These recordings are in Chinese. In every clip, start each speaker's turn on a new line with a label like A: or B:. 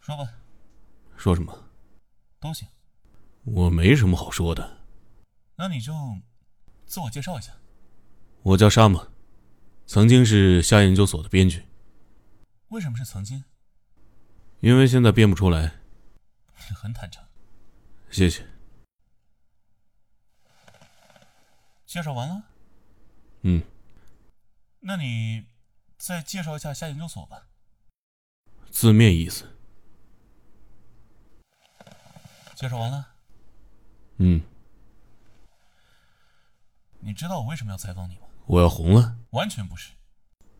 A: 说吧，
B: 说什么？
A: 都行。
B: 我没什么好说的。
A: 那你就自我介绍一下。
B: 我叫沙漠，曾经是夏研究所的编剧，
A: 为什么是曾经？
B: 因为现在编不出来。
A: 你很坦诚。
B: 谢谢。
A: 介绍完了，
B: 嗯，
A: 那你再介绍一下夏研究所吧。
B: 字面意思。
A: 介绍完了，
B: 嗯，
A: 你知道我为什么要采访你吗？
B: 我要红了。
A: 完全不是。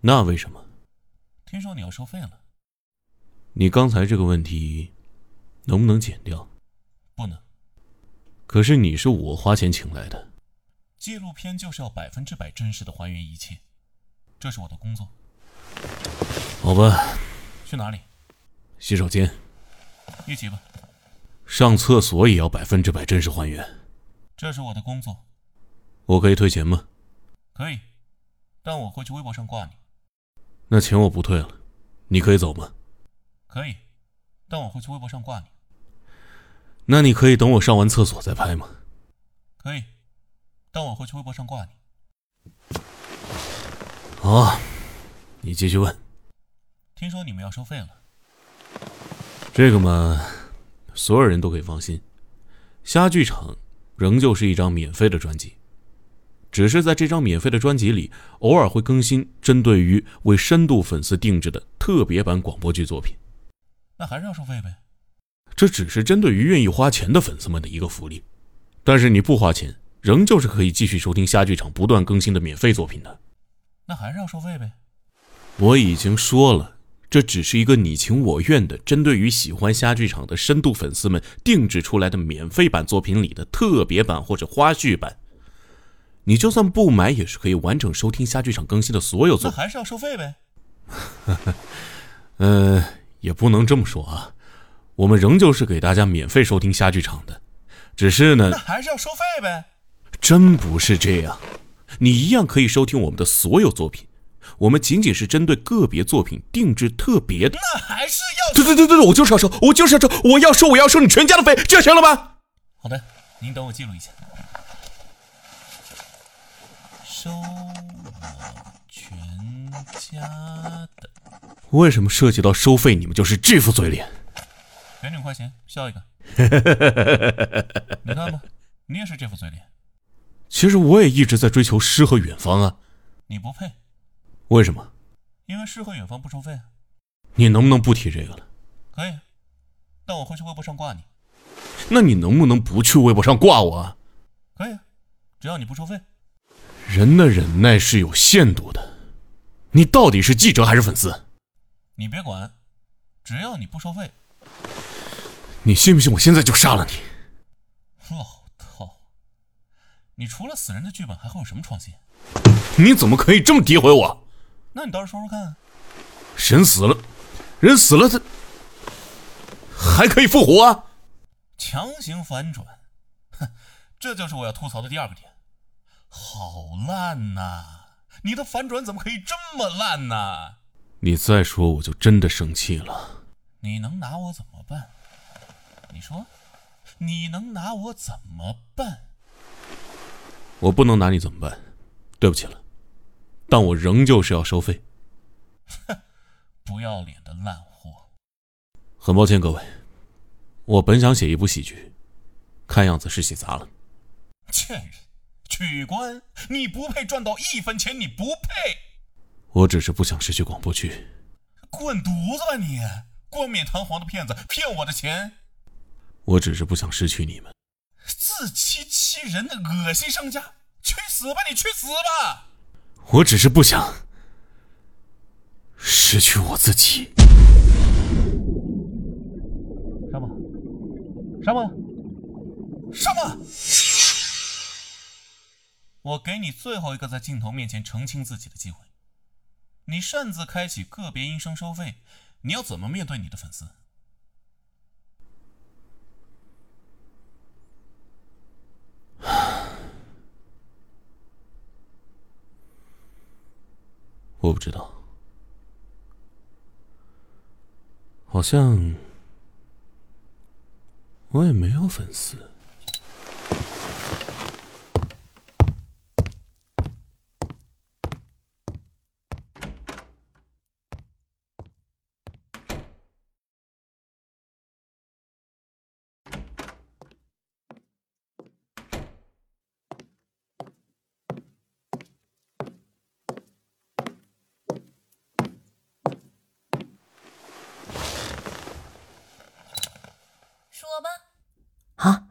B: 那为什么？
A: 听说你要收费了，
B: 你刚才这个问题能不能剪掉？
A: 不能。
B: 可是你是我花钱请来的，
A: 纪录片就是要百分之百真实的还原一切，这是我的工作。
B: 好吧？
A: 去哪里？
B: 洗手间、
A: 一起吧，
B: 上厕所也要百分之百真实还原。
A: 这是我的工作。
B: 我可以退钱吗？
A: 可以，但我会去微博上挂你。
B: 那钱我不退了，你可以走吗？
A: 可以，但我会去微博上挂你。
B: 那你可以等我上完厕所再拍吗？
A: 可以，但我会去微博上挂你。
B: 啊，你继续问。
A: 听说你们要收费了，
B: 这个嘛，所有人都可以放心，虾剧场仍旧是一张免费的专辑，只是在这张免费的专辑里，偶尔会更新针对于为深度粉丝定制的特别版广播剧作品。
A: 那还是要收费呗？
B: 这只是针对于愿意花钱的粉丝们的一个福利，但是你不花钱，仍旧是可以继续收听虾剧场不断更新的免费作品的。
A: 那还是要收费呗？
B: 我已经说了，这只是一个你情我愿的，针对于喜欢虾剧场的深度粉丝们定制出来的免费版作品里的特别版或者花絮版。你就算不买，也是可以完整收听虾剧场更新的所有
A: 那
B: 作品。
A: 还是要收费呗？
B: 呃，也不能这么说啊，我们仍旧是给大家免费收听虾剧场的，只是呢
A: 那，还是要收费呗？
B: 真不是这样，你一样可以收听我们的所有作品。我们仅仅是针对个别作品定制特别的。
A: 那还是要……
B: 对对对对对，我就是要收，我就是要收，我要收，我要收你全家的费，这样行了吧？
A: 好的，您等我记录一下。收我全家的
B: 为什么涉及到收费，你们就是这副嘴脸？
A: 圆领块钱，笑一个。你看吧，你也是这副嘴脸，
B: 其实我也一直在追求诗和远方啊。
A: 你不配，
B: 为什么？
A: 因为诗和远方不收费啊。
B: 你能不能不提这个了？
A: 可以，但我会去微博上挂你。
B: 那你能不能不去微博上挂我？啊？
A: 可以，只要你不收费。
B: 人的忍耐是有限度的，你到底是记者还是粉丝？
A: 你别管，只要你不收费，
B: 你信不信我现在就杀了你？
A: 老套。你除了死人的剧本还会有什么创新？
B: 你怎么可以这么诋毁我？
A: 那你倒是说说看啊，
B: 人死了，人死了，他还可以复活啊？
A: 强行反转，哼，这就是我要吐槽的第二个点。好烂呐、你的反转怎么可以这么烂呢、
B: 你再说我就真的生气了。
A: 你能拿我怎么办？你说，你能拿我怎么办？
B: 我不能拿你怎么办？对不起了，但我仍旧是要收费。
A: 不要脸的烂货！
B: 很抱歉各位，我本想写一部喜剧，看样子是写砸了。
A: 贱人，取关！你不配赚到一分钱，你不配！
B: 我只是不想失去广播剧。
A: 滚犊子吧你！冠冕堂皇的骗子，骗我的钱，
B: 我只是不想失去你们。
A: 自欺欺人的恶心商家！去死吧你，去死吧！
B: 我只是不想失去我自己。
A: 沙漠，沙漠，沙漠！我给你最后一个在镜头面前澄清自己的机会。你擅自开启个别音声收费，你要怎么面对你的粉丝？
B: 我不知道，好像我也没有粉丝。
A: 说吧，
C: 啊，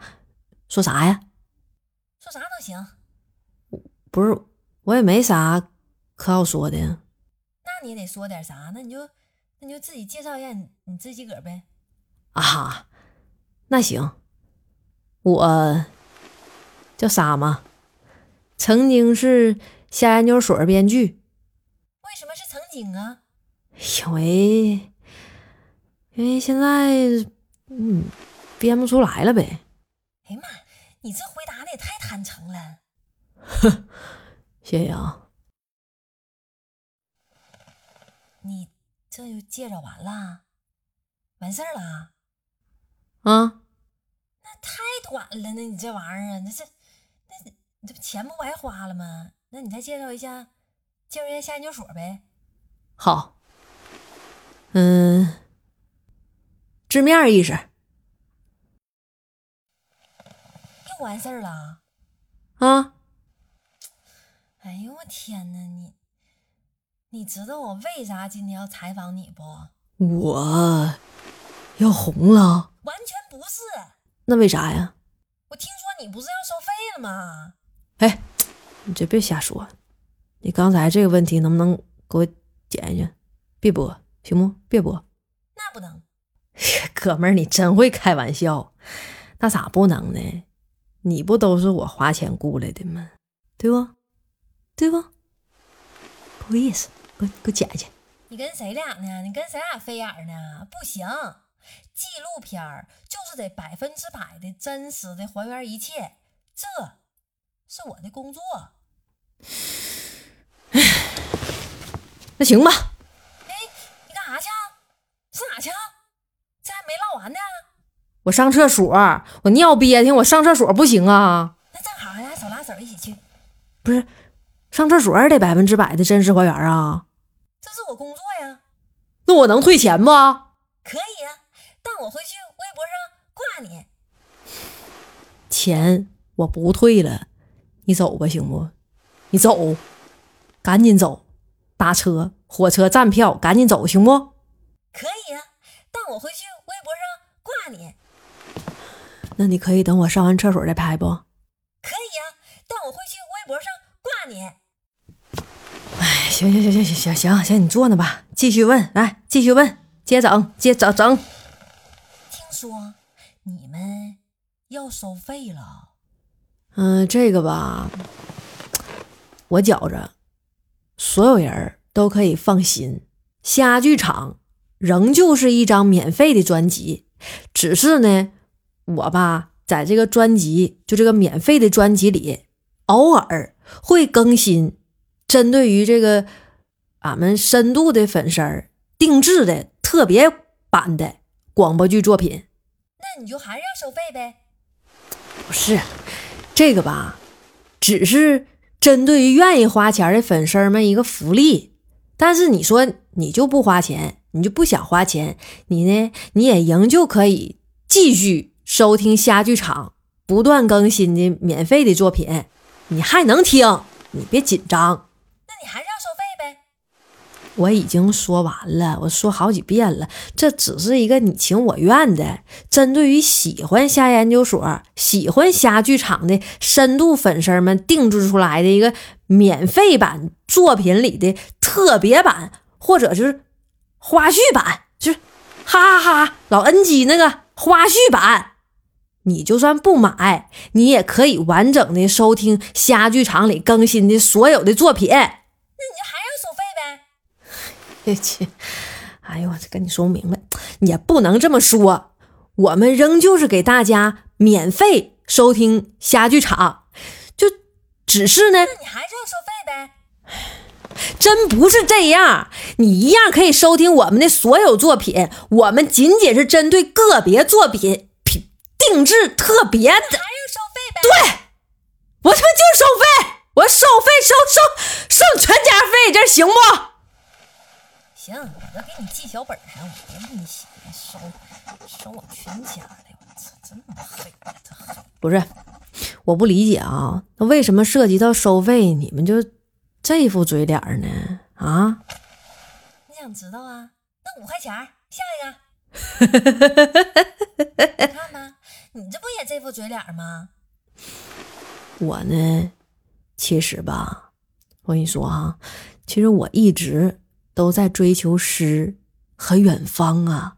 C: 说啥呀？
A: 说啥都行。
C: 不是，我也没啥可要说的呀。
A: 那你得说点啥？那你就那你就自己介绍一下你你自己个儿呗。
C: 啊，那行，我叫沙嘛，曾经是瞎研究所儿编剧，
A: 为什么是曾经啊？
C: 因为因为现在嗯编不出来了呗。
A: 哎呀妈，你这回答的也太坦诚了。
C: 谢谢啊，
A: 你这就介绍完了，完事儿了啊？
C: 啊，
A: 那太短了呢，你这玩意儿啊，那这那你这不钱不白花了吗？那你再介绍一下，介绍一下夏研究所呗。
C: 好，嗯，字面儿意思
A: 又完事儿了啊。
C: 啊。
A: 哎呦我天呐，你你知道我为啥今天要采访你不？
C: 我要红了，
A: 完全不是，
C: 那为啥呀？
A: 我听说你不是要收费了吗？
C: 哎，你这别瞎说。你刚才这个问题能不能给我剪一下？别播，行不？别播。
A: 那不能，
C: 哥们儿，你真会开玩笑。那咋不能呢？你不都是我花钱雇来的吗？对不？对不？不好意思，给我给我剪去。
A: 你跟谁俩呢？你跟谁俩飞眼儿呢？不行，纪录片儿就是得百分之百的真实的还原一切，这是我的工作。
C: 那行吧，
A: 哎，你干啥去啊？上哪去啊？这还没唠完呢，啊
C: 我上厕所，我尿憋挺，我上厕所不行啊？
A: 那正好咱俩手拉手一起去，
C: 不是，上厕所也得百分之百的真实还原啊。
A: 这是我工作呀。
C: 那我能退钱不？
A: 可以啊，但我会去微博上挂你。
C: 钱我不退了，你走吧，行不？你走，赶紧走，打车、火车站票，赶紧走，行不？
A: 可以啊，但我会去微博上挂你。
C: 那你可以等我上完厕所再拍不？
A: 可以啊，但我会去微博上挂你。
C: 哎，行行行行行行行，你坐那吧，继续问，来继续问，接整接整整。
A: 听说你们要收费了，
C: 嗯、这个吧，我觉着所有人儿都可以放心，虾剧场仍旧是一张免费的专辑，只是呢，我吧在这个专辑就这个免费的专辑里，偶尔会更新针对于这个俺们深度的粉丝儿定制的特别版的广播剧作品。
A: 那你就还是要收费呗？
C: 不是这个吧，只是针对于愿意花钱的粉丝儿们一个福利。但是你说你就不花钱，你就不想花钱，你呢，你也仍旧可以继续收听虾剧场不断更新的免费的作品，你还能听，你别紧张。
A: 那你还是要收费呗？
C: 我已经说完了，我说好几遍了，这只是一个你情我愿的，针对于喜欢虾研究所、喜欢虾剧场的深度粉丝儿们定制出来的一个免费版作品里的特别版，或者就是花絮版，就是哈哈哈老 NG 那个花絮版。你就算不买，你也可以完整的收听虾剧场里更新的所有的作品。
A: 那你就还是要收费呗？
C: 这这，哎呦，我这跟你说不明白，也不能这么说。我们仍旧是给大家免费收听虾剧场，就只是呢，
A: 那你还是要收费呗？
C: 真不是这样。你一样可以收听我们的所有作品，我们仅仅是针对个别作品品定制特别的，
A: 还要收费呗？
C: 对我他妈就收费，我收费收收收全家费，这行不？
A: 行，我都给你记小本上，我别给你写收收我全家的，我操，真浪费，这
C: 不是，我不理解啊，那为什么涉及到收费，你们就这副嘴脸儿呢？啊，
A: 你想知道啊？那五块钱儿，下一个。你看吧，你这不也这副嘴脸儿吗？
C: 我呢，其实吧，我跟你说啊，其实我一直都在追求诗和远方啊。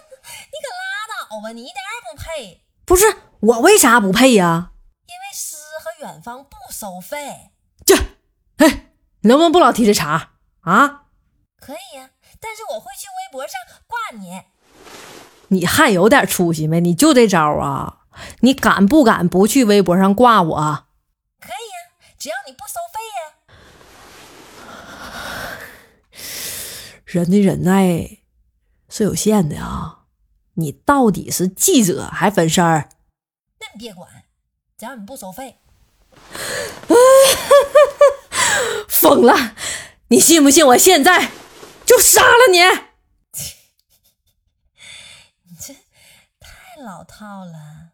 A: 拉倒吧，你一点儿也不配，因
C: 不是我为啥不配呀、
A: 为诗和远方不收费。
C: 这，哎，你能不能不老提这茬儿啊？
A: 可以呀、但是我会去微博上挂你。
C: 你还有点出息没？你就这招儿啊？你敢不敢不去微博上挂我？啊
A: 可以呀、只要你不收费呀、
C: 人的忍耐是有限的啊！你到底是记者还分身儿？
A: 那你别管，只要你不收费。
C: 疯了！你信不信我现在就杀了你？
A: 太老套了，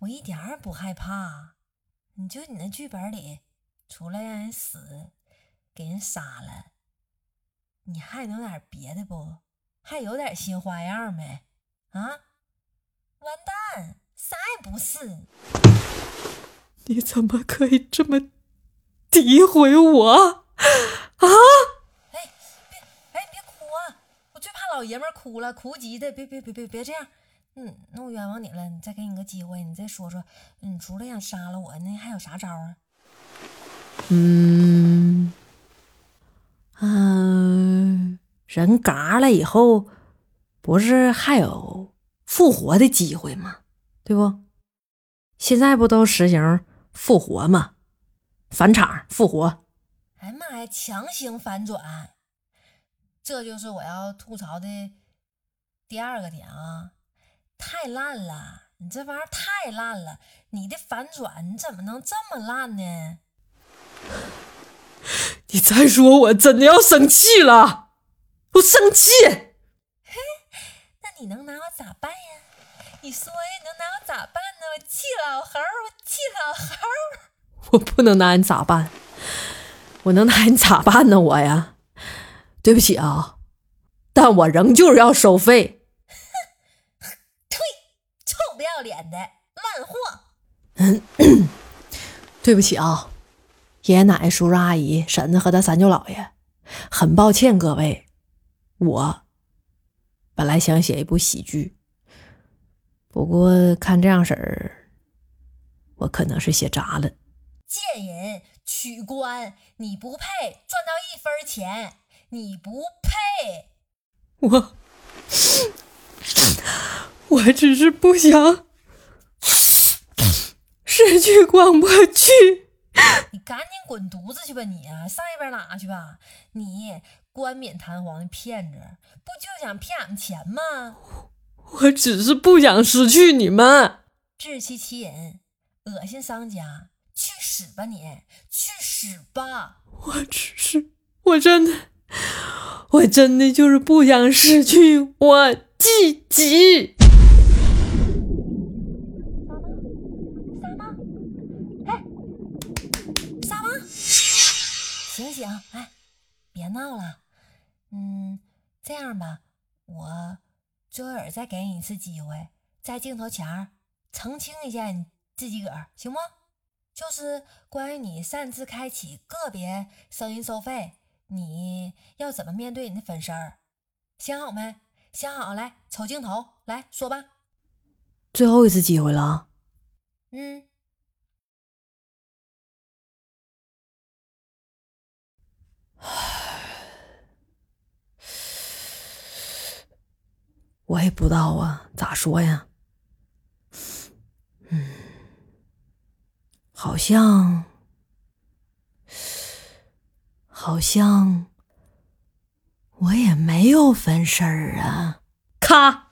A: 我一点儿也不害怕。你就你那剧本里，除了让人死，给人杀了，你还能点儿别的不？还有点新花样没？啊？完蛋，啥也不是。哎
C: 你怎么可以这么诋毁我？
A: 哎，你别哭啊！我最怕老爷们儿哭了，哭急的，别别别别别这样。嗯，那我冤枉你了，你再给你个机会，你再说说，你除了想杀了我，那还有啥招儿啊？
C: 嗯，嗯、人嘎了以后，不是还有复活的机会吗？对不？现在不都实行复活吗？返场复活，
A: 哎呀妈呀，强行反转，这就是我要吐槽的第二个点啊！太烂了，你这玩意儿太烂了，你的反转你怎么能这么烂呢？
C: 你再说我真的要生气了，我生气！
A: 那你能拿我咋办呀？你说呀，你能拿我咋办呢？我气老猴儿，我气老猴儿。
C: 我不能拿你咋办？我能拿你咋办呢？我呀，对不起啊，但我仍旧要收费。
A: 呸！臭不要脸的烂货！
C: 对不起啊，爷爷奶奶、叔叔阿姨、婶子和他三舅姥爷，很抱歉各位，我本来想写一部喜剧，不过看这样式儿，我可能是写砸了。
A: 贱人、取关，你不配赚到一分钱，你不配。
C: 我，我只是不想失去广播剧。
A: 你赶紧滚犊子去吧你、啊！上一边拉去吧！你冠冕堂皇的骗子，不就想骗俺们钱吗？
C: 我只是不想失去你们。
A: 自欺欺人，恶心商家，去死吧你！去死吧！
C: 我只是，我真的，我真的就是不想失去我自己。
A: 撒吗？哎，撒吗？醒醒！哎，别闹了。嗯，这样吧，我最后也再给你一次机会，在镜头前儿澄清一下你自己个儿，行不？就是关于你擅自开启个别声音收费，你要怎么面对你的粉丝儿？想好没？想好，来瞅镜头，来说吧。
C: 最后一次机会了啊。
A: 嗯。
C: 我也不知道啊，咋说呀？嗯，嗯好像，好像我也没有分身儿啊。咔，